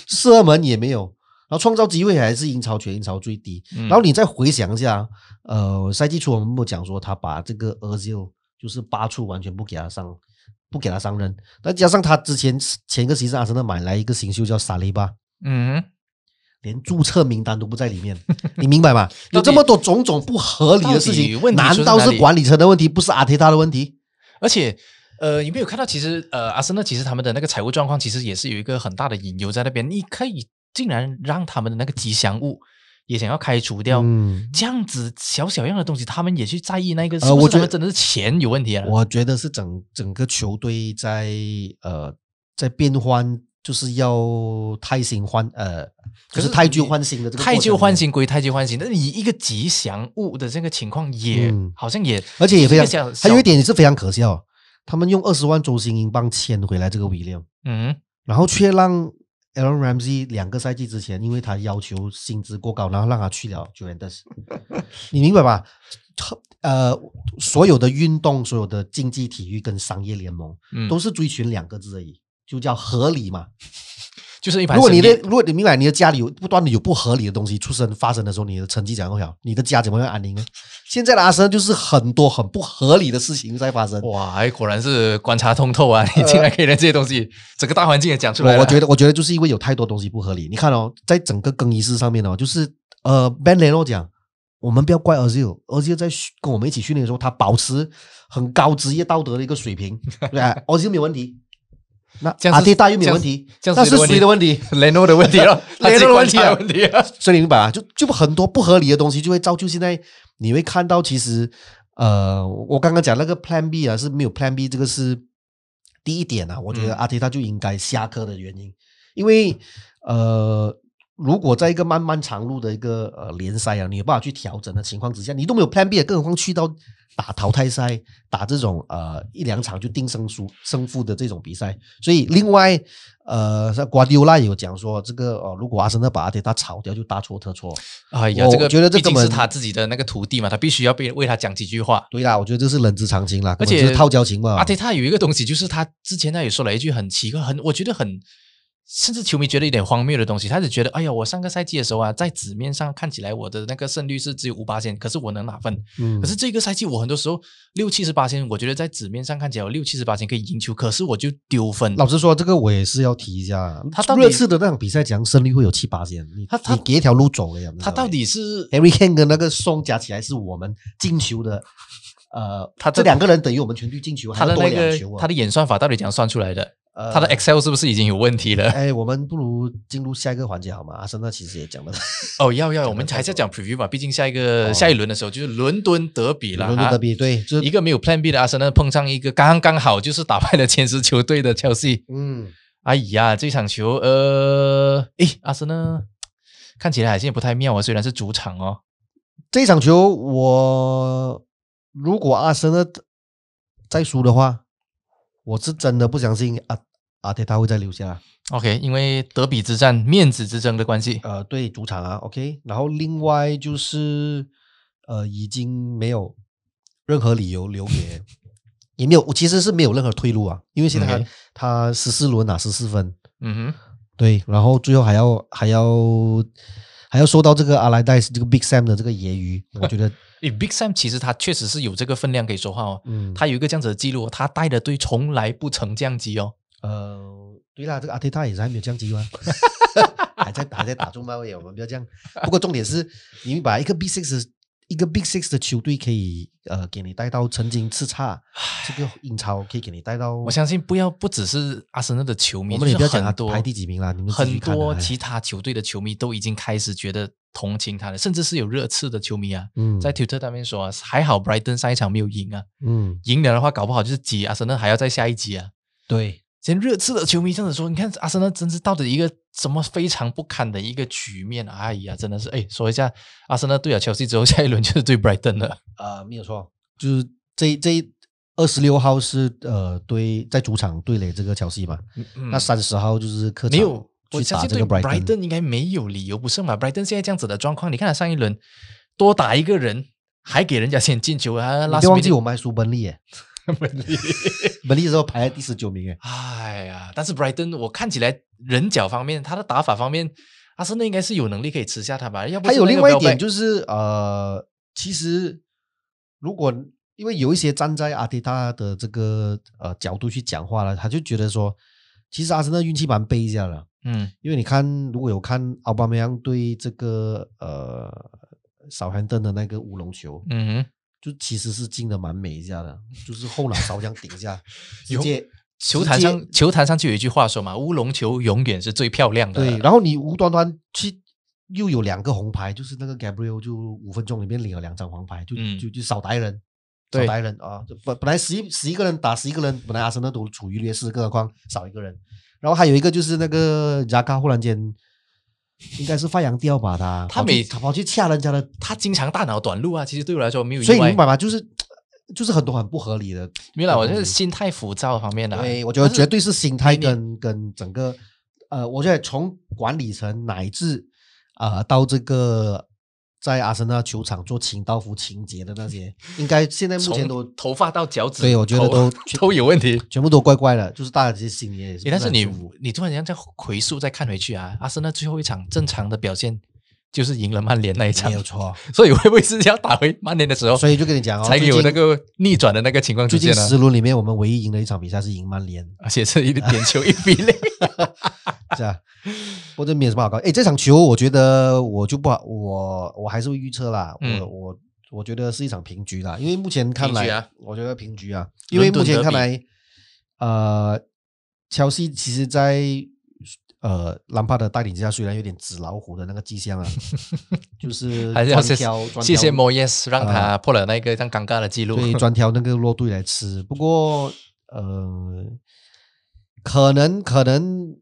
Speaker 2: 射门也没有，然后创造机会还是英超全英超最低。
Speaker 1: 嗯
Speaker 2: 然后你再回想一下，呃，赛季初我们不讲说他把这个 a 就就是八处完全不给他上，不给他上任，那加上他之前前一个席上阿森纳买来一个新秀叫萨雷巴，
Speaker 1: 嗯，
Speaker 2: 连注册名单都不在里面，你明白 吗？有
Speaker 1: 到底
Speaker 2: 这么多种种不合理的事
Speaker 1: 到底
Speaker 2: 情，
Speaker 1: 问题出在
Speaker 2: 难
Speaker 1: 哪
Speaker 2: 道
Speaker 1: 里
Speaker 2: 是管理层的问题，不是阿提塔的问题？
Speaker 1: 而且。呃，有没有看到？其实，呃，阿森纳其实他们的那个财务状况，其实也是有一个很大的隐忧在那边。你可以竟然让他们的那个吉祥物也想要开除掉，
Speaker 2: 嗯，
Speaker 1: 这样子小小样的东西，他们也去在意那个，
Speaker 2: 呃
Speaker 1: 是不
Speaker 2: 我
Speaker 1: 是他
Speaker 2: 觉得
Speaker 1: 们真的是钱有问题啊？
Speaker 2: 我觉得是整整个球队在呃在变换，就是要太新换呃，
Speaker 1: 可
Speaker 2: 就是是太旧
Speaker 1: 你
Speaker 2: 换新的这个
Speaker 1: 太
Speaker 2: 过程
Speaker 1: 旧
Speaker 2: 里
Speaker 1: 换
Speaker 2: 面，
Speaker 1: 新归太旧换新，但以一个吉祥物的这个情况也，
Speaker 2: 嗯
Speaker 1: 好像也，
Speaker 2: 而且也非
Speaker 1: 一个小
Speaker 2: 常，还有
Speaker 1: 小
Speaker 2: 一点也是非常可笑，他们用二十万周薪英镑签回来这个 w i l l i a
Speaker 1: 嗯
Speaker 2: 然后却让 Aaron Ramsey 两个赛季之前，因为他要求薪资过高，然后让他去了 Juventus，你明白吧？特呃，所有的运动、所有的竞技体育跟商业联盟
Speaker 1: 嗯，
Speaker 2: 都是追寻两个字而已，就叫合理嘛。
Speaker 1: 就是一盘
Speaker 2: 如果你的
Speaker 1: 生意
Speaker 2: 如果你明白你的家里有不断的有不合理的东西出生发生的时候，你的成绩怎样会好？你的家怎么会安宁呢？现在的阿森纳就是很多很不合理的事情在发生。
Speaker 1: 哇，哎果然是观察通透啊！你竟然可以让这些东西，整个大环境也讲出来
Speaker 2: 呃我
Speaker 1: 了。
Speaker 2: 我觉得，我觉得就是因为有太多东西不合理。你看哦，在整个更衣室上面哦，就是呃，Ben Leno 讲，我们不要怪 a z i l a z i l 在训跟我们一起训 练的时候，他保持很高职业道德的一个水平，对吧 a z i l 啊没有问题，那
Speaker 1: 这样
Speaker 2: 阿
Speaker 1: 是
Speaker 2: 迪大又没有问题，
Speaker 1: 这样
Speaker 2: 那
Speaker 1: 这样
Speaker 2: 是谁
Speaker 1: 谁
Speaker 2: 的
Speaker 1: 的
Speaker 2: 问题？
Speaker 1: 雷诺的问题了，
Speaker 2: 雷诺的问题啊
Speaker 1: 他自己观察问题啊，
Speaker 2: 所以你明白啊，就就很多不合理的东西就会造就现在你会看到，其实呃，我刚刚讲那个 Plan B 啊是没有 Plan B，这个是第一点啊，我觉得
Speaker 1: 嗯
Speaker 2: 阿迪他就应该下课的原因，因为呃，如果在一个漫漫长路的一个呃联赛啊，你有办法去调整的情况之下，你都没有 Plan B，更何况去到打淘汰赛、打这种呃一两场就定胜输胜负的这种比赛，所以另外。呃，像瓜迪奥拉也有讲说，这个哦，如果阿森纳把阿迪达炒掉，就大错特错。
Speaker 1: 哎呀，
Speaker 2: 我
Speaker 1: 这个
Speaker 2: 觉得这
Speaker 1: 毕竟
Speaker 2: 根
Speaker 1: 是
Speaker 2: 本
Speaker 1: 他自己的那个徒弟嘛，他必须要被为他讲几句话。
Speaker 2: 对啦，我觉得这是人之常情啦，
Speaker 1: 而
Speaker 2: 根本就
Speaker 1: 且
Speaker 2: 是套交情嘛。
Speaker 1: 阿迪他有一个东西，就是他之前他也说了一句很奇怪，很我觉得很，甚至球迷觉得有点荒谬的东西。他只觉得，哎呀，我上个赛季的时候啊，在纸面上看起来我的那个胜率是只有五八线，可是我能拿分。
Speaker 2: 嗯，
Speaker 1: 可是这个赛季我很多时候六七十八线，我觉得在纸面上看起来有六七十八线可以赢球，可是我就丢分。
Speaker 2: 老实说，这个我也是要提一下。
Speaker 1: 他到底
Speaker 2: 热刺的那场比赛，讲胜率会有七八千，你
Speaker 1: 他他
Speaker 2: 你给一条路走啊了呀？
Speaker 1: 他到底是
Speaker 2: Harry Kane 跟那个宋加起来是我们进球的，呃，
Speaker 1: 他
Speaker 2: 这
Speaker 1: 这
Speaker 2: 两个人等于我们全队进球，
Speaker 1: 他的
Speaker 2: 还多
Speaker 1: 那
Speaker 2: 两
Speaker 1: 个
Speaker 2: 球啊。
Speaker 1: 他的演算法到底怎样算出来的？
Speaker 2: 呃
Speaker 1: 他的 Excel 是不是已经有问题了？
Speaker 2: 哎，我们不如进入下一个环节好吗？阿森纳其实也 讲了，
Speaker 1: 哦，要要，我
Speaker 2: 讲
Speaker 1: 们
Speaker 2: 得
Speaker 1: 还是要讲 preview 嘛，毕竟下一个、
Speaker 2: 哦
Speaker 1: 下一轮的时候就是伦敦德比了，
Speaker 2: 伦敦
Speaker 1: 啊
Speaker 2: 德比对，就是
Speaker 1: 一个没有 Plan B 的阿森纳碰上一个刚刚好就是打败了前十球队的切尔西。
Speaker 2: 嗯，
Speaker 1: 哎呀，这场球，呃，诶，阿森纳看起来好像也不太妙啊，虽然是主场哦。
Speaker 2: 这场球我如果阿森纳再输的话，我是真的不相信阿阿泰他会再留下。
Speaker 1: OK，因为德比之战、面子之争的关系，
Speaker 2: 呃，对主场啊，OK。然后另外就是呃，已经没有任何理由留给，也没有，我其实是没有任何退路啊，因为现在他
Speaker 1: OK
Speaker 2: 他十四轮啊拿十四分，
Speaker 1: 嗯哼，
Speaker 2: 对，然后最后还要还要还要受到这个阿莱戴斯这个 Big Sam 的这个揶揄，我觉得
Speaker 1: 诶，Big Sam 其实他确实是有这个分量可以说话哦。
Speaker 2: 嗯，
Speaker 1: 他有一个这样子的记录，哦他带的队从来不曾降级哦。
Speaker 2: 呃，对啦，这个阿泰塔也是还没有降 级吗？还在还在打中包位，我们不要这样。不过重点是，你明白一个 B six 一个 Big Six 的球队可以呃给你带到曾经叱咤这个英超，可以给你带到。
Speaker 1: 我相信不要不只是阿森纳的球迷，
Speaker 2: 我们也
Speaker 1: 就
Speaker 2: 不要
Speaker 1: 是
Speaker 2: 讲他
Speaker 1: 很多
Speaker 2: 排第几名啦，你们自
Speaker 1: 很
Speaker 2: 己去看啦
Speaker 1: 多
Speaker 2: 哎
Speaker 1: 其他球队的球迷都已经开始觉得同情他了，甚至是有热刺的球迷啊，
Speaker 2: 嗯
Speaker 1: 在 Twitter 上面说啊，还好 Brighton 上一场没有赢啊，
Speaker 2: 嗯
Speaker 1: 赢了的话搞不好就是挤阿森纳还要再下一集啊。
Speaker 2: 对
Speaker 1: 前热刺的球迷这样子说，你看阿森纳真是到底一个什么非常不堪的一个局面啊！哎呀，真的是哎，说一下阿森纳对了切尔西之后，下一轮就是对 Brighton 了。
Speaker 2: 呃没有错，就是这一这一二十六号是呃对在主场对垒这个乔西嘛，
Speaker 1: 嗯
Speaker 2: 那三十号就是客场
Speaker 1: 没有，我
Speaker 2: 去
Speaker 1: 相
Speaker 2: 打
Speaker 1: 信
Speaker 2: 这
Speaker 1: 对
Speaker 2: 个 Brighton，
Speaker 1: Brighton 应该没有理由不胜吧？Brighton 现在这样子的状况，你看他上一轮多打一个人，还给人家先进球啊！
Speaker 2: 你
Speaker 1: 拉
Speaker 2: 别忘记我们还输本利耶。
Speaker 1: 们。
Speaker 2: 本利的时候排在第十九名，哎，
Speaker 1: 哎呀，但是 Brighton 我看起来人脚方面，他的打法方面，阿森纳应该是有能力可以吃下他吧？要 不
Speaker 2: 还有另外一点
Speaker 1: 是
Speaker 2: 就是，呃，其实如果因为有一些站在阿迪达的这个呃角度去讲话了，他就觉得说，其实阿森纳运气蛮背下了，
Speaker 1: 那个标配嗯
Speaker 2: 因为你看如果有看奥巴梅扬对这个呃少汉顿的那个乌龙球，
Speaker 1: 嗯哼，
Speaker 2: 就其实是进的蛮美一下的，就是后脑勺这样顶一下，直
Speaker 1: 有
Speaker 2: 接
Speaker 1: 球坛上球坛上就有一句话说嘛，乌龙球永远是最漂亮的。
Speaker 2: 对，然后你无端端去又有两个红牌，就是那个 Gabriel 就五分钟里面领了两张黄牌，就、
Speaker 1: 嗯
Speaker 2: 就就少打一人，少
Speaker 1: 对
Speaker 2: 打一人啊！就本本来十一十一个人打十一个人，本来阿森纳都处于劣势，更何况少一个人。然后还有一个就是那个扎卡忽然间应该是发扬掉吧，他
Speaker 1: 他
Speaker 2: 跑去
Speaker 1: 每
Speaker 2: 他跑去掐人家的，
Speaker 1: 他经常大脑短路啊，其实对我来说没有意外。
Speaker 2: 所以你明白吗？就是就是很多很不合理的，
Speaker 1: 明白，我就是心态浮躁方面的、啊。
Speaker 2: 对，我觉得
Speaker 1: 但是
Speaker 2: 绝对是心态
Speaker 1: 你
Speaker 2: 跟跟整个，呃，我觉得从管理层乃至啊、呃到这个在阿森纳球场做清道夫情节的那些，应该现在目
Speaker 1: 从
Speaker 2: 前都
Speaker 1: 头发到脚趾头，
Speaker 2: 对我觉得都
Speaker 1: 都有问题。
Speaker 2: 全部都怪怪的，就是大家其实心里也是
Speaker 1: 诶
Speaker 2: 不
Speaker 1: 但是
Speaker 2: 很
Speaker 1: 你
Speaker 2: 舒服
Speaker 1: 你突然间再回溯再看回去啊，阿森纳最后一场正常的表现就是赢了曼联那一场
Speaker 2: 没，有错，
Speaker 1: 所以会不会是要打回曼联的时候，
Speaker 2: 所以就跟你讲哦，
Speaker 1: 才
Speaker 2: 最
Speaker 1: 有
Speaker 2: 近
Speaker 1: 那个逆转的那个啊情况出
Speaker 2: 最近
Speaker 1: 现呢？
Speaker 2: 十轮里面我们唯一赢的一场比赛是赢曼联，
Speaker 1: 而且是一点球一比 零，
Speaker 2: 是啊，我这没有什么好高。哎，这场球我觉得我就不好，我我还是会预测啦。
Speaker 1: 嗯
Speaker 2: 我我我觉得是一场平局啦，因为目前看
Speaker 1: 平
Speaker 2: 来，
Speaker 1: 局啊
Speaker 2: 我觉得平局啊，因为
Speaker 1: 伦敦
Speaker 2: 目前
Speaker 1: 德
Speaker 2: 看
Speaker 1: 比
Speaker 2: 来，呃，乔西其实在呃兰帕德带领之下，虽然有点纸老虎的那个迹象 啊，就是
Speaker 1: 还是要
Speaker 2: 专
Speaker 1: 谢
Speaker 2: 挑专
Speaker 1: 谢谢
Speaker 2: 挑
Speaker 1: Moyes 让他破了那个这样尴尬的记录。
Speaker 2: 啊对，专挑那个弱队来吃。不过，呃，可能可能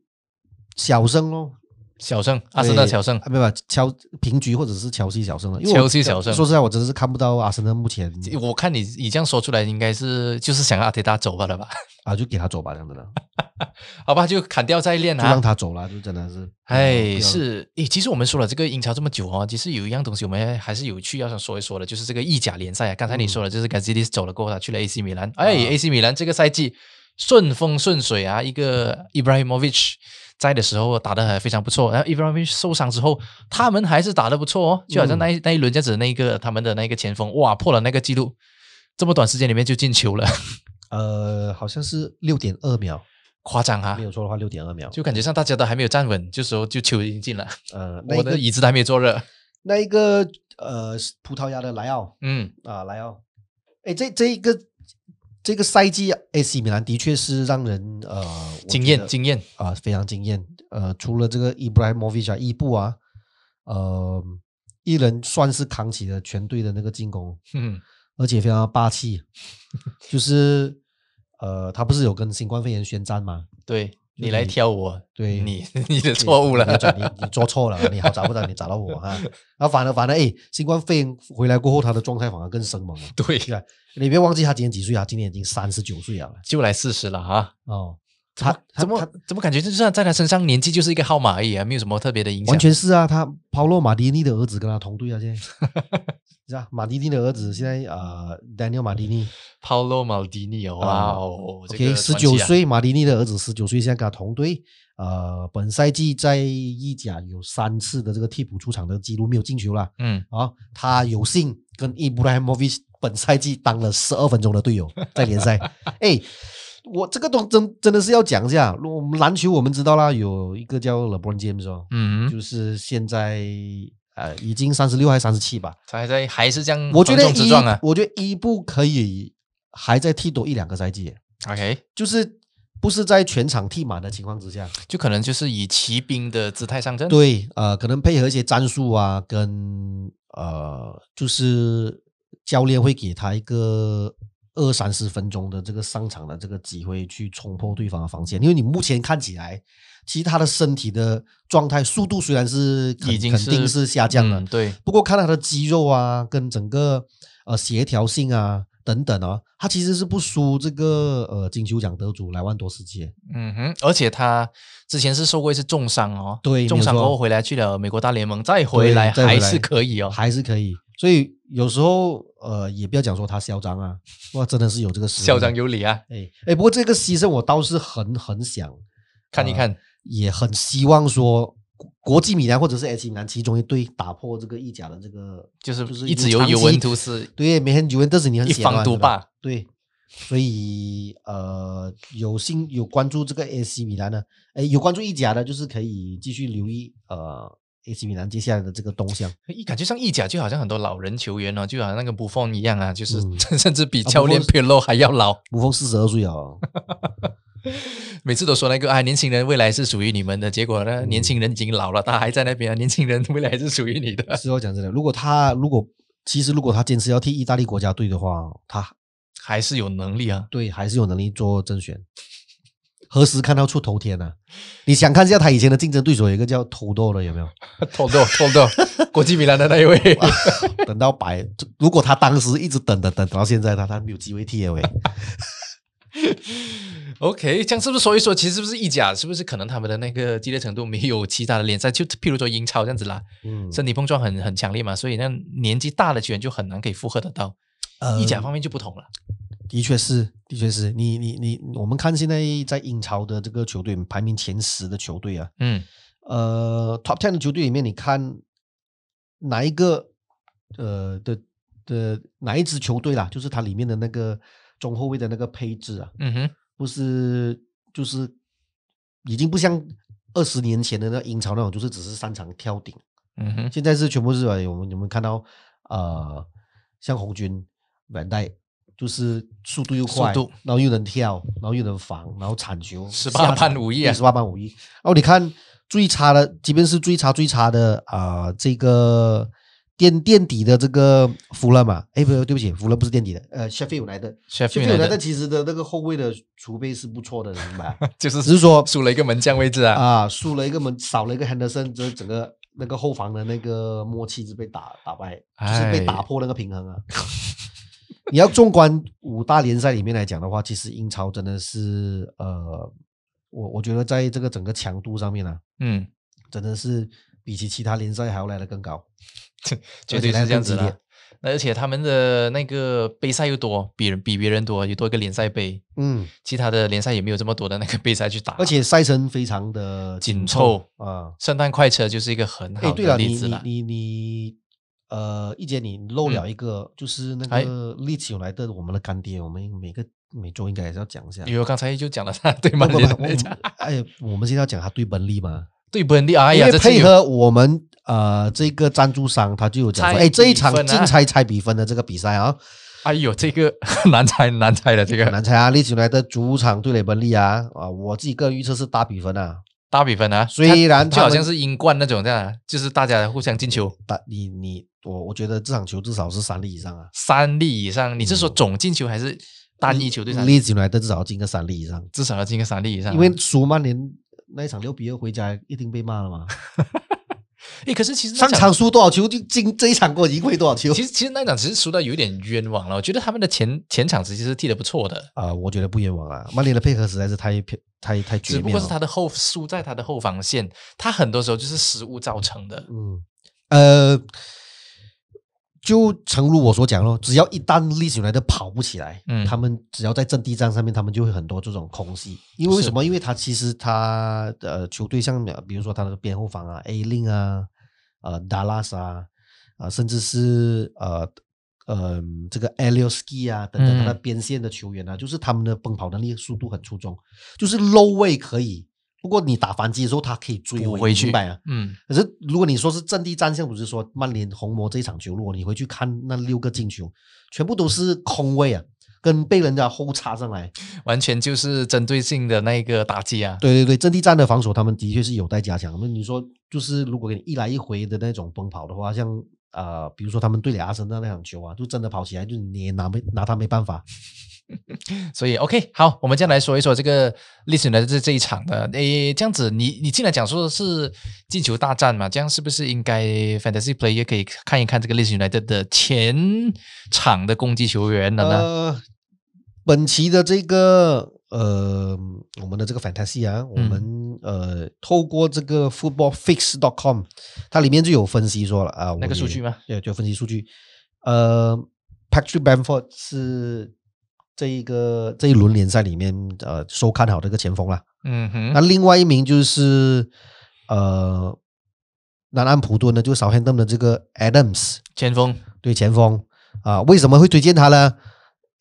Speaker 2: 小胜咯，
Speaker 1: 小胜，阿森纳
Speaker 2: 对
Speaker 1: 小胜
Speaker 2: 啊，，没有乔平局或者是乔西小胜了。啊因为
Speaker 1: 切
Speaker 2: 我
Speaker 1: 西小胜
Speaker 2: 说实在，我真的是看不到阿森纳目前
Speaker 1: 我看你你这样说出来，应该是就是想要阿迪达走吧了 吧？
Speaker 2: 啊，就给他走吧，这样子的，
Speaker 1: 好吧，就砍掉再练
Speaker 2: 就让
Speaker 1: 啊。
Speaker 2: 他走了，就真的是，
Speaker 1: 哎，
Speaker 2: 嗯，
Speaker 1: 是，诶，其实我们说了这个英超这么久哦，其实有一样东西我们还是有去要想说一说的，就是这个意甲联赛啊。刚才你说了，就是 g a z i d i s 走了过后，他去了 AC 米兰。哎、
Speaker 2: 嗯啊
Speaker 1: a c 米兰这个赛季顺风顺水啊，一个 Ibrahimovic 在的时候打得还非常不错，然后 Ibrahimovic 受伤之后，他们还是打得不错哦，就好
Speaker 2: 嗯
Speaker 1: 像那一、那一轮这样子，那一个他们的那个前锋哇破了那个记录，这么短时间里面就进球了，
Speaker 2: 不要呃，好像是六点二秒，
Speaker 1: 夸张啊
Speaker 2: 没！有错的话，六点二秒，
Speaker 1: 就感觉上大家都还没有站稳，这时候就球已经进了，
Speaker 2: 呃，那
Speaker 1: 我
Speaker 2: 一
Speaker 1: 的
Speaker 2: 个
Speaker 1: 椅子都还没有坐热。
Speaker 2: 那一个呃，葡萄牙的莱奥，
Speaker 1: 嗯，
Speaker 2: 啊，来哦，哎，这这一个这个赛季，AC 米兰的确是让人呃我
Speaker 1: 惊
Speaker 2: 觉
Speaker 1: 艳
Speaker 2: 得
Speaker 1: 惊艳。
Speaker 2: 啊、非常惊艳。呃，除了这个伊布莱莫维奇啊，伊布啊，呃，一人算是扛起了全队的那个进攻，
Speaker 1: 嗯，
Speaker 2: 而且非常 霸气，就是呃，他不是有跟新冠肺炎宣战吗？
Speaker 1: 对
Speaker 2: 就
Speaker 1: 你来
Speaker 2: 你
Speaker 1: 挑我，
Speaker 2: 对
Speaker 1: 你 你的 错误了
Speaker 2: 你要。讲你你做错了，你好找不到你找到我啊。然后反而反而哎，新冠肺炎回来过后，他的状态反而更生猛了。
Speaker 1: 对，
Speaker 2: 对吧？你别忘记他今年几岁啊？今年已经三十九岁了
Speaker 1: 就来四十了哈。
Speaker 2: 哦。
Speaker 1: 怎么
Speaker 2: 他他
Speaker 1: 怎么
Speaker 2: 他
Speaker 1: 怎么感觉就算在他身上年纪就是一个号码而已啊，没有什么特别的影响。
Speaker 2: 完全是啊，他抛落马蒂尼的儿子跟他同队 啊，现在是啊，马蒂尼的儿
Speaker 1: 嗯
Speaker 2: 子现在呃，Daniel 马蒂尼
Speaker 1: Paulo Maldini 哦，哇哦这
Speaker 2: 啊，OK，
Speaker 1: 个
Speaker 2: 十
Speaker 1: 传奇啊
Speaker 2: 九岁，马蒂尼的儿子十九岁，现在跟他同队。呃，本赛季在意甲有三次的这个替补出场的记录没有进球啦。
Speaker 1: 嗯，
Speaker 2: 啊，他有幸跟伊布莱莫维奇本赛季当了十二分钟的 队友，在联赛。哎，我这个东真真的是要讲一下。如果我们篮球我们知道啦，有一个叫 LeBron James 哦，
Speaker 1: 嗯，
Speaker 2: 就是现在呃已经三十六还三十七吧。
Speaker 1: 他还在还是这样，
Speaker 2: 我觉得
Speaker 1: 直
Speaker 2: 伊
Speaker 1: 撞啊，。
Speaker 2: 我觉得伊布可以还在踢多一两个赛季，
Speaker 1: OK，
Speaker 2: 就是不是在全场踢满的情况之下。
Speaker 1: 就可能就是以骑兵的姿态上阵。，
Speaker 2: 对，呃，可能配合一些战术啊，跟呃，就是教练会给他一个二三十分钟的这个上场的这个机会去冲破对方的防线，因为你目前看起来，其实他的身体的状态、速度虽然是肯
Speaker 1: 已经
Speaker 2: 肯定
Speaker 1: 是
Speaker 2: 是下降了，
Speaker 1: 嗯对，
Speaker 2: 不过看他的肌肉啊，跟整个呃协调性啊等等啊，他其实是不输这个呃金球奖得主莱万多斯基的。
Speaker 1: 嗯哼，而且他之前是受过一次重伤哦，
Speaker 2: 对
Speaker 1: 重
Speaker 2: 没有
Speaker 1: 伤过
Speaker 2: 错
Speaker 1: 后回来去了美国大联盟，再回来
Speaker 2: 对再回
Speaker 1: 还
Speaker 2: 来
Speaker 1: 是可以哦。
Speaker 2: 还是可以。所以有时候呃，也不要讲说他嚣张啊，哇，真的是有这个实力。
Speaker 1: 嚣张有理啊，
Speaker 2: 哎哎，不过这个牺牲我倒是很很想，
Speaker 1: 看一
Speaker 2: 啊
Speaker 1: 看，
Speaker 2: 也很希望说国国际米兰或者是 AC 米兰其中一队打破这个意甲的这个，
Speaker 1: 就是
Speaker 2: 就是
Speaker 1: 一直
Speaker 2: 有
Speaker 1: 由
Speaker 2: 长
Speaker 1: 尤
Speaker 2: 期
Speaker 1: 文图斯
Speaker 2: 对，每天尤文特斯你很
Speaker 1: 一
Speaker 2: 喜欢
Speaker 1: 方独
Speaker 2: 对吧
Speaker 1: 霸，
Speaker 2: 对。所以，呃，有幸有关注这个 AC 米兰的，哎，有关注意甲的，就是可以继续留意呃 AC 米兰接下来的这个动向。
Speaker 1: 一感觉上意甲就好像很多老人球员哦，就好像那个 b u 一样啊，就是、
Speaker 2: 嗯
Speaker 1: 甚至比
Speaker 2: 啊
Speaker 1: 教练
Speaker 2: Buffon-
Speaker 1: p i r o 还要老。
Speaker 2: 吴峰四十二岁哦，
Speaker 1: 每次都说那个啊，年轻人未来是属于你们的，结果
Speaker 2: 嗯
Speaker 1: 呢，年轻人已经老了，他还在那边啊，年轻人未来是属于你的。
Speaker 2: 是要哦讲真的，如果他如果其实如果他坚持要替意大利国家队的话，他
Speaker 1: 还是有能力 啊，
Speaker 2: 对还是有能力做正选。何时看到出头天呢、你想看一下他以前的竞争对手，有一个叫土豆的，有没有？
Speaker 1: 偷豆偷 豆，国际米兰的那一位，
Speaker 2: 等到百，如果他当时一直等等等等到现在，他他没有机会踢了喂。
Speaker 1: OK，这样是不是说一说，其实是不是意甲，是不是可能他们的那个激烈程度没有其他的联赛，就譬如说英超这样子啦，
Speaker 2: 嗯，
Speaker 1: 身体碰撞很很强烈嘛，所以那年纪大的球员就很难可以负荷得到。
Speaker 2: 呃
Speaker 1: 意甲方面就不同了，
Speaker 2: 的确是，的确是你你你，我们看现在在英超的这个球队排名前十的球队啊，
Speaker 1: 嗯，
Speaker 2: 呃，top ten 的球队里面，你看哪一个呃的的哪一支球队啦？就是它里面的那个中后卫的那个配置啊，
Speaker 1: 嗯哼，
Speaker 2: 不是就是已经不像二十年前的那英超那种，就是只是三场跳顶，
Speaker 1: 嗯哼，
Speaker 2: 现哎在是全部是吧？我们我们看到呃，像红军、软带就是速度又
Speaker 1: 速
Speaker 2: 快，
Speaker 1: 度
Speaker 2: 然后又能跳，然后又能防，然后铲球，
Speaker 1: 18判无益啊
Speaker 2: 十八般武艺。然后你看最差的，即便是最差最差的啊、这个垫垫底的这个弗勒嘛，哎，不对，对不起，弗勒不是垫底的，呃，谢菲尔来的，谢菲
Speaker 1: Sheffield
Speaker 2: 尔来的
Speaker 1: United
Speaker 2: 其实的那个后卫的储备是不错的，明 白？
Speaker 1: 就是
Speaker 2: 只是说
Speaker 1: 输了一个门将位置啊，
Speaker 2: 啊，输了一个门，少了一个 Henderson，这整个那个后防的那个默契是被打打败，就是被打
Speaker 1: 哎
Speaker 2: 破那个平衡啊。 你要纵观五大联赛里面来讲的话，其实英超真的是呃，我我觉得在这个整个强度上面啊，
Speaker 1: 嗯，
Speaker 2: 真的是比起其他联赛还要来得更高。
Speaker 1: 绝对
Speaker 2: 而且来
Speaker 1: 是
Speaker 2: 得
Speaker 1: 这样
Speaker 2: 更
Speaker 1: 子
Speaker 2: 激烈
Speaker 1: 的。那而且他们的那个杯赛又多，比人比别人多，也多一个联赛杯，
Speaker 2: 嗯，
Speaker 1: 其他的联赛也没有这么多的那个杯赛去打，
Speaker 2: 而且赛程非常的
Speaker 1: 紧凑
Speaker 2: 啊。
Speaker 1: 圣诞快车就是一个很
Speaker 2: 哎，
Speaker 1: 好
Speaker 2: 对
Speaker 1: 的
Speaker 2: 了，你
Speaker 1: 例子
Speaker 2: 你
Speaker 1: 啦。
Speaker 2: 你你，呃，一姐，你漏了一个，就是那
Speaker 1: 哎
Speaker 2: 个利奇有来的我们的干爹，我们每个每周应该还是要讲一下。
Speaker 1: 因为我刚才就讲了他 对
Speaker 2: 不
Speaker 1: 曼
Speaker 2: 不
Speaker 1: 联
Speaker 2: 不，
Speaker 1: 的
Speaker 2: 我
Speaker 1: 那场
Speaker 2: 们哎，我们现在要讲他对本利嘛，
Speaker 1: 对本地，哎
Speaker 2: 因
Speaker 1: 呀，
Speaker 2: 为
Speaker 1: 这次
Speaker 2: 配
Speaker 1: 有
Speaker 2: 合我们呃这个赞助商，他就有讲说，
Speaker 1: 猜
Speaker 2: 哎，这一
Speaker 1: 比
Speaker 2: 场
Speaker 1: 分啊
Speaker 2: 竞猜猜比分的这个比赛 啊，
Speaker 1: 哎呦，这个 难猜难猜的这
Speaker 2: 很
Speaker 1: 个
Speaker 2: 难猜啊，利奇来的主场对垒本利啊，啊，我自己个人预测是大比分啊，
Speaker 1: 大比分啊，
Speaker 2: 虽然
Speaker 1: 就好像
Speaker 2: 是。
Speaker 1: 是英冠那种这样啊，就是大家互相进球
Speaker 2: 打你你我我觉得这场球至少是三粒以上啊，
Speaker 1: 三粒以上，你是
Speaker 2: 嗯
Speaker 1: 说总进球还是单一球对上？
Speaker 2: 利奇来的至少要进个三粒以上。
Speaker 1: 至少要进个三粒以上啊，
Speaker 2: 嗯因为输曼联那一场六比二回家，一定被骂了嘛。
Speaker 1: 哎，可是其 实那
Speaker 2: 上场输多少球，就进这一场给我赢回多少球。
Speaker 1: 其实其实那场其实输的有点冤枉了，我觉得他们的前前场其实是踢的不错的，
Speaker 2: 啊、我觉得不冤枉啊，曼联的配合实在是太偏太太
Speaker 1: 只
Speaker 2: 绝
Speaker 1: 不
Speaker 2: 妙
Speaker 1: 过
Speaker 2: 了。
Speaker 1: 是他的后输在他的后防线，他很多时候就是失误造成的。
Speaker 2: 嗯，呃，就诚如我所讲咯，只要一旦利史来的跑不起来，
Speaker 1: 嗯
Speaker 2: 他们只要在阵地战上面，他们就会很多这种空隙。因为为什么？因为他其实他呃球队像呃比如说他的边后防啊，A 令啊，呃达拉斯啊，啊、甚至是呃。呃，这个 e l i o s k i 啊，等等，他的
Speaker 1: 嗯
Speaker 2: 边线的球员啊，就是他们的奔跑能力、速度很出众，就是 low 位可以，不过你打反击的时候，他可以追
Speaker 1: 补
Speaker 2: 回
Speaker 1: 回
Speaker 2: 你
Speaker 1: 去
Speaker 2: 明白啊？
Speaker 1: 嗯，
Speaker 2: 可是如果你说是阵地战，像比如说曼联红魔这一场球，如果你回去看那六个进球，全部都是空位啊，跟被人家后插上来。
Speaker 1: 嗯完全就是针对性的那一个打击啊。
Speaker 2: 对对对，阵地战的防守他们的确是有待加强。那你说就是如果给你一来一回的那种奔跑的话，像呃，比如说他们对垒阿森纳那场球啊，就真的跑起来，就你也拿没拿他没办法。
Speaker 1: 所以 OK，好，我们这样来说一说这个历史的这这一场的，诶，这样子你你进来讲说是进球大战嘛，这样是不是应该 Fantasy Play 也可以看一看这个历史 United 的前场的攻击球员了呢？
Speaker 2: 呃，本期的这个呃，我们的这个 fantasy
Speaker 1: 嗯
Speaker 2: 啊，我们、呃，透过这个 footballfix.com，它里面就有分析说了啊，
Speaker 1: 那个数据
Speaker 2: 嘛，
Speaker 1: 吗？
Speaker 2: 对，就分析数据。呃，Patrick Bamford 是这一个这一轮联赛里面呃收看好的一个前锋啦。
Speaker 1: 嗯
Speaker 2: 那
Speaker 1: 哼，
Speaker 2: 另外一名就是呃南安普顿的，就是 Southampton 的这个 Adams。
Speaker 1: 前锋
Speaker 2: 对前锋啊，为什么会推荐他呢？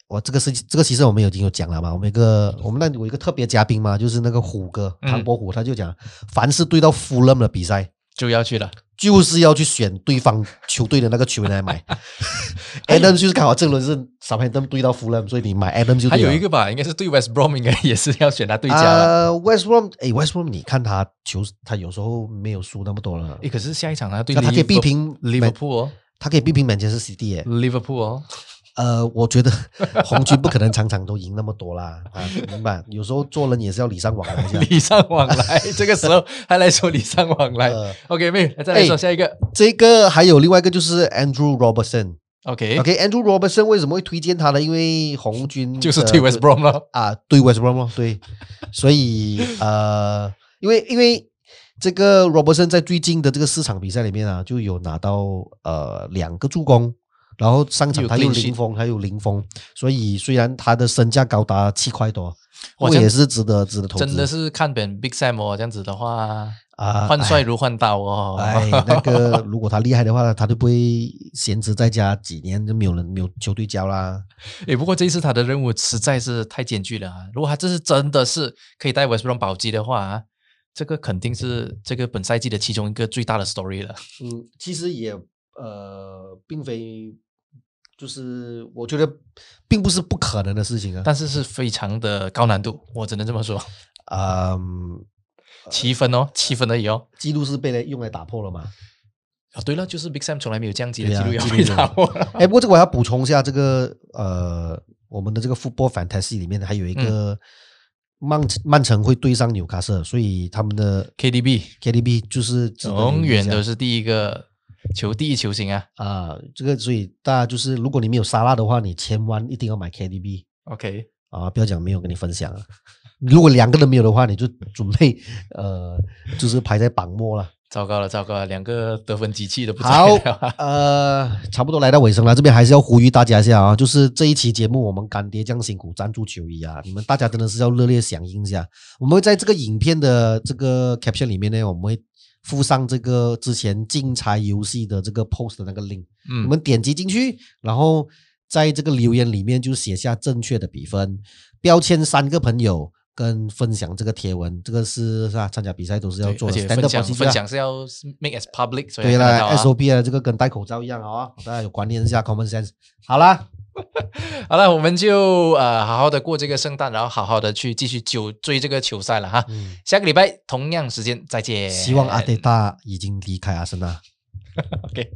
Speaker 2: 我这个事情，这个其实我们有已经有讲了嘛，我们一个我们那里有一个特别嘉宾嘛，就是那个虎哥
Speaker 1: 嗯
Speaker 2: 唐伯虎，他就讲，凡是对到 Fulham 的比赛，
Speaker 1: 就要去了。
Speaker 2: 就是要去选对方球队的那个球员 来买。
Speaker 1: 哎
Speaker 2: Adam 就是刚好这轮是 Southampton 对到 Fulham，所以你买 Adam 就
Speaker 1: 还
Speaker 2: 对了啊
Speaker 1: 有一个吧，应该是对 West Brom 应该也是要选他对家了。
Speaker 2: 啊、West Brom，哎，West Brom，你看他球，他有时候没有输那么多了
Speaker 1: 诶，，可是下一场他哎对
Speaker 2: 那他可以逼平
Speaker 1: Liverpool 哦
Speaker 2: 他可以逼平 Manchester City 耶、
Speaker 1: ，Liverpool 哦，
Speaker 2: 呃，我觉得 红军不可能场场都赢那么多啦，啊，明白？有时候做人也是要礼尚往来一下。
Speaker 1: 礼尚往来，这个时候还来说礼尚往来。
Speaker 2: 呃，
Speaker 1: OK，妹，再来说下一个。
Speaker 2: 这个还有另外一个就是 Andrew Robertson。
Speaker 1: OK，
Speaker 2: OK，Andrew、Robertson 为什么会推荐他呢？因为红军
Speaker 1: 就是
Speaker 2: 的
Speaker 1: 对 West Brom 了。
Speaker 2: 啊，对 West Brom 咯对，所以呃，因为因为这个 Robertson 在最近的这个四场比赛里面啊，就有拿到呃两个助攻，然后上场
Speaker 1: 有
Speaker 2: 他又
Speaker 1: clean sheet
Speaker 2: 零封，他有零封，所以虽然他的身价高达七块多，
Speaker 1: 哇
Speaker 2: 我
Speaker 1: 这样
Speaker 2: 也是值得值得投资，
Speaker 1: 真的是看本 Big Sam 哦，这样子的话，
Speaker 2: 啊，
Speaker 1: 换帅如换刀哦。
Speaker 2: 哎，那个如果他厉害的话，他就不会闲置在家几年，就没有人没有球队教啦。
Speaker 1: 哎，不过这一次他的任务实在是太艰巨了啊！如果他这是真的是可以带 West Brom 保级的话啊，这个肯定是这个本赛季的其
Speaker 2: 嗯
Speaker 1: 中一个最大的 story 了。
Speaker 2: 嗯，其实也呃，并非就是我觉得并不是不可能的事情啊。
Speaker 1: 但是是非常的高难度，我只能这么说。
Speaker 2: 呃嗯，
Speaker 1: 七分哦，七分而已哦。
Speaker 2: 记录是被来用来打破了嘛？
Speaker 1: 啊，对了，就是 Big Sam 从来没有降级的
Speaker 2: 对
Speaker 1: 记
Speaker 2: 啊
Speaker 1: 录要
Speaker 2: 记录
Speaker 1: 被
Speaker 2: 有
Speaker 1: 打破。
Speaker 2: 哎，不过这个我要补充一下，这个呃，我们的这个 Football Fantasy 里面还有一
Speaker 1: 嗯
Speaker 2: 个曼、曼城会对上纽卡斯尔，所以他们的
Speaker 1: KDB
Speaker 2: KDB 就是值得
Speaker 1: 永
Speaker 2: 留意一
Speaker 1: 远
Speaker 2: 下
Speaker 1: 都是第一个球第一球星啊。
Speaker 2: 啊，这个所以大家就是，如果你没有沙拉的话，你千万一定要买 KDB
Speaker 1: OK，
Speaker 2: 啊，不要讲没有跟你分享啊。 如果两个都没有的话，你就准备呃，就是排在榜末了。
Speaker 1: 糟糕了，糟糕了，两个得分机器都不在
Speaker 2: 好
Speaker 1: 了 啊。，
Speaker 2: 呃，差不多来到尾声了，这边还是要呼吁大家一下啊，就是这一期节目我们干爹这样辛苦赞助球衣啊，你们大家真的是要热烈响应一下。我们会在这个影片的这个 caption 里面呢，我们会附上这个之前竞猜游戏的这个 post 的那个 link。
Speaker 1: 嗯
Speaker 2: 你们点击进去，然后在这个留言里面就写下正确的比分，标签三个朋友跟分享这个贴文，这个是是吧？参加比赛都是要
Speaker 1: 对
Speaker 2: 做
Speaker 1: 而
Speaker 2: 的
Speaker 1: 且
Speaker 2: stand
Speaker 1: 分
Speaker 2: up
Speaker 1: 享
Speaker 2: procedure
Speaker 1: 分
Speaker 2: 啊
Speaker 1: 享是要 make as public，所以
Speaker 2: 对
Speaker 1: 要看到
Speaker 2: 啦
Speaker 1: 啊
Speaker 2: ，SOP 啊，这个跟戴口罩一样啊、哦，大家有观念一下 common sense。好啦，
Speaker 1: 好了，我们就呃好好的过这个圣诞，然后好好的去继续九追这个球赛了哈。
Speaker 2: 嗯，
Speaker 1: 下个礼拜同样时间再见。
Speaker 2: 希望阿德大已经离开阿森纳。
Speaker 1: OK。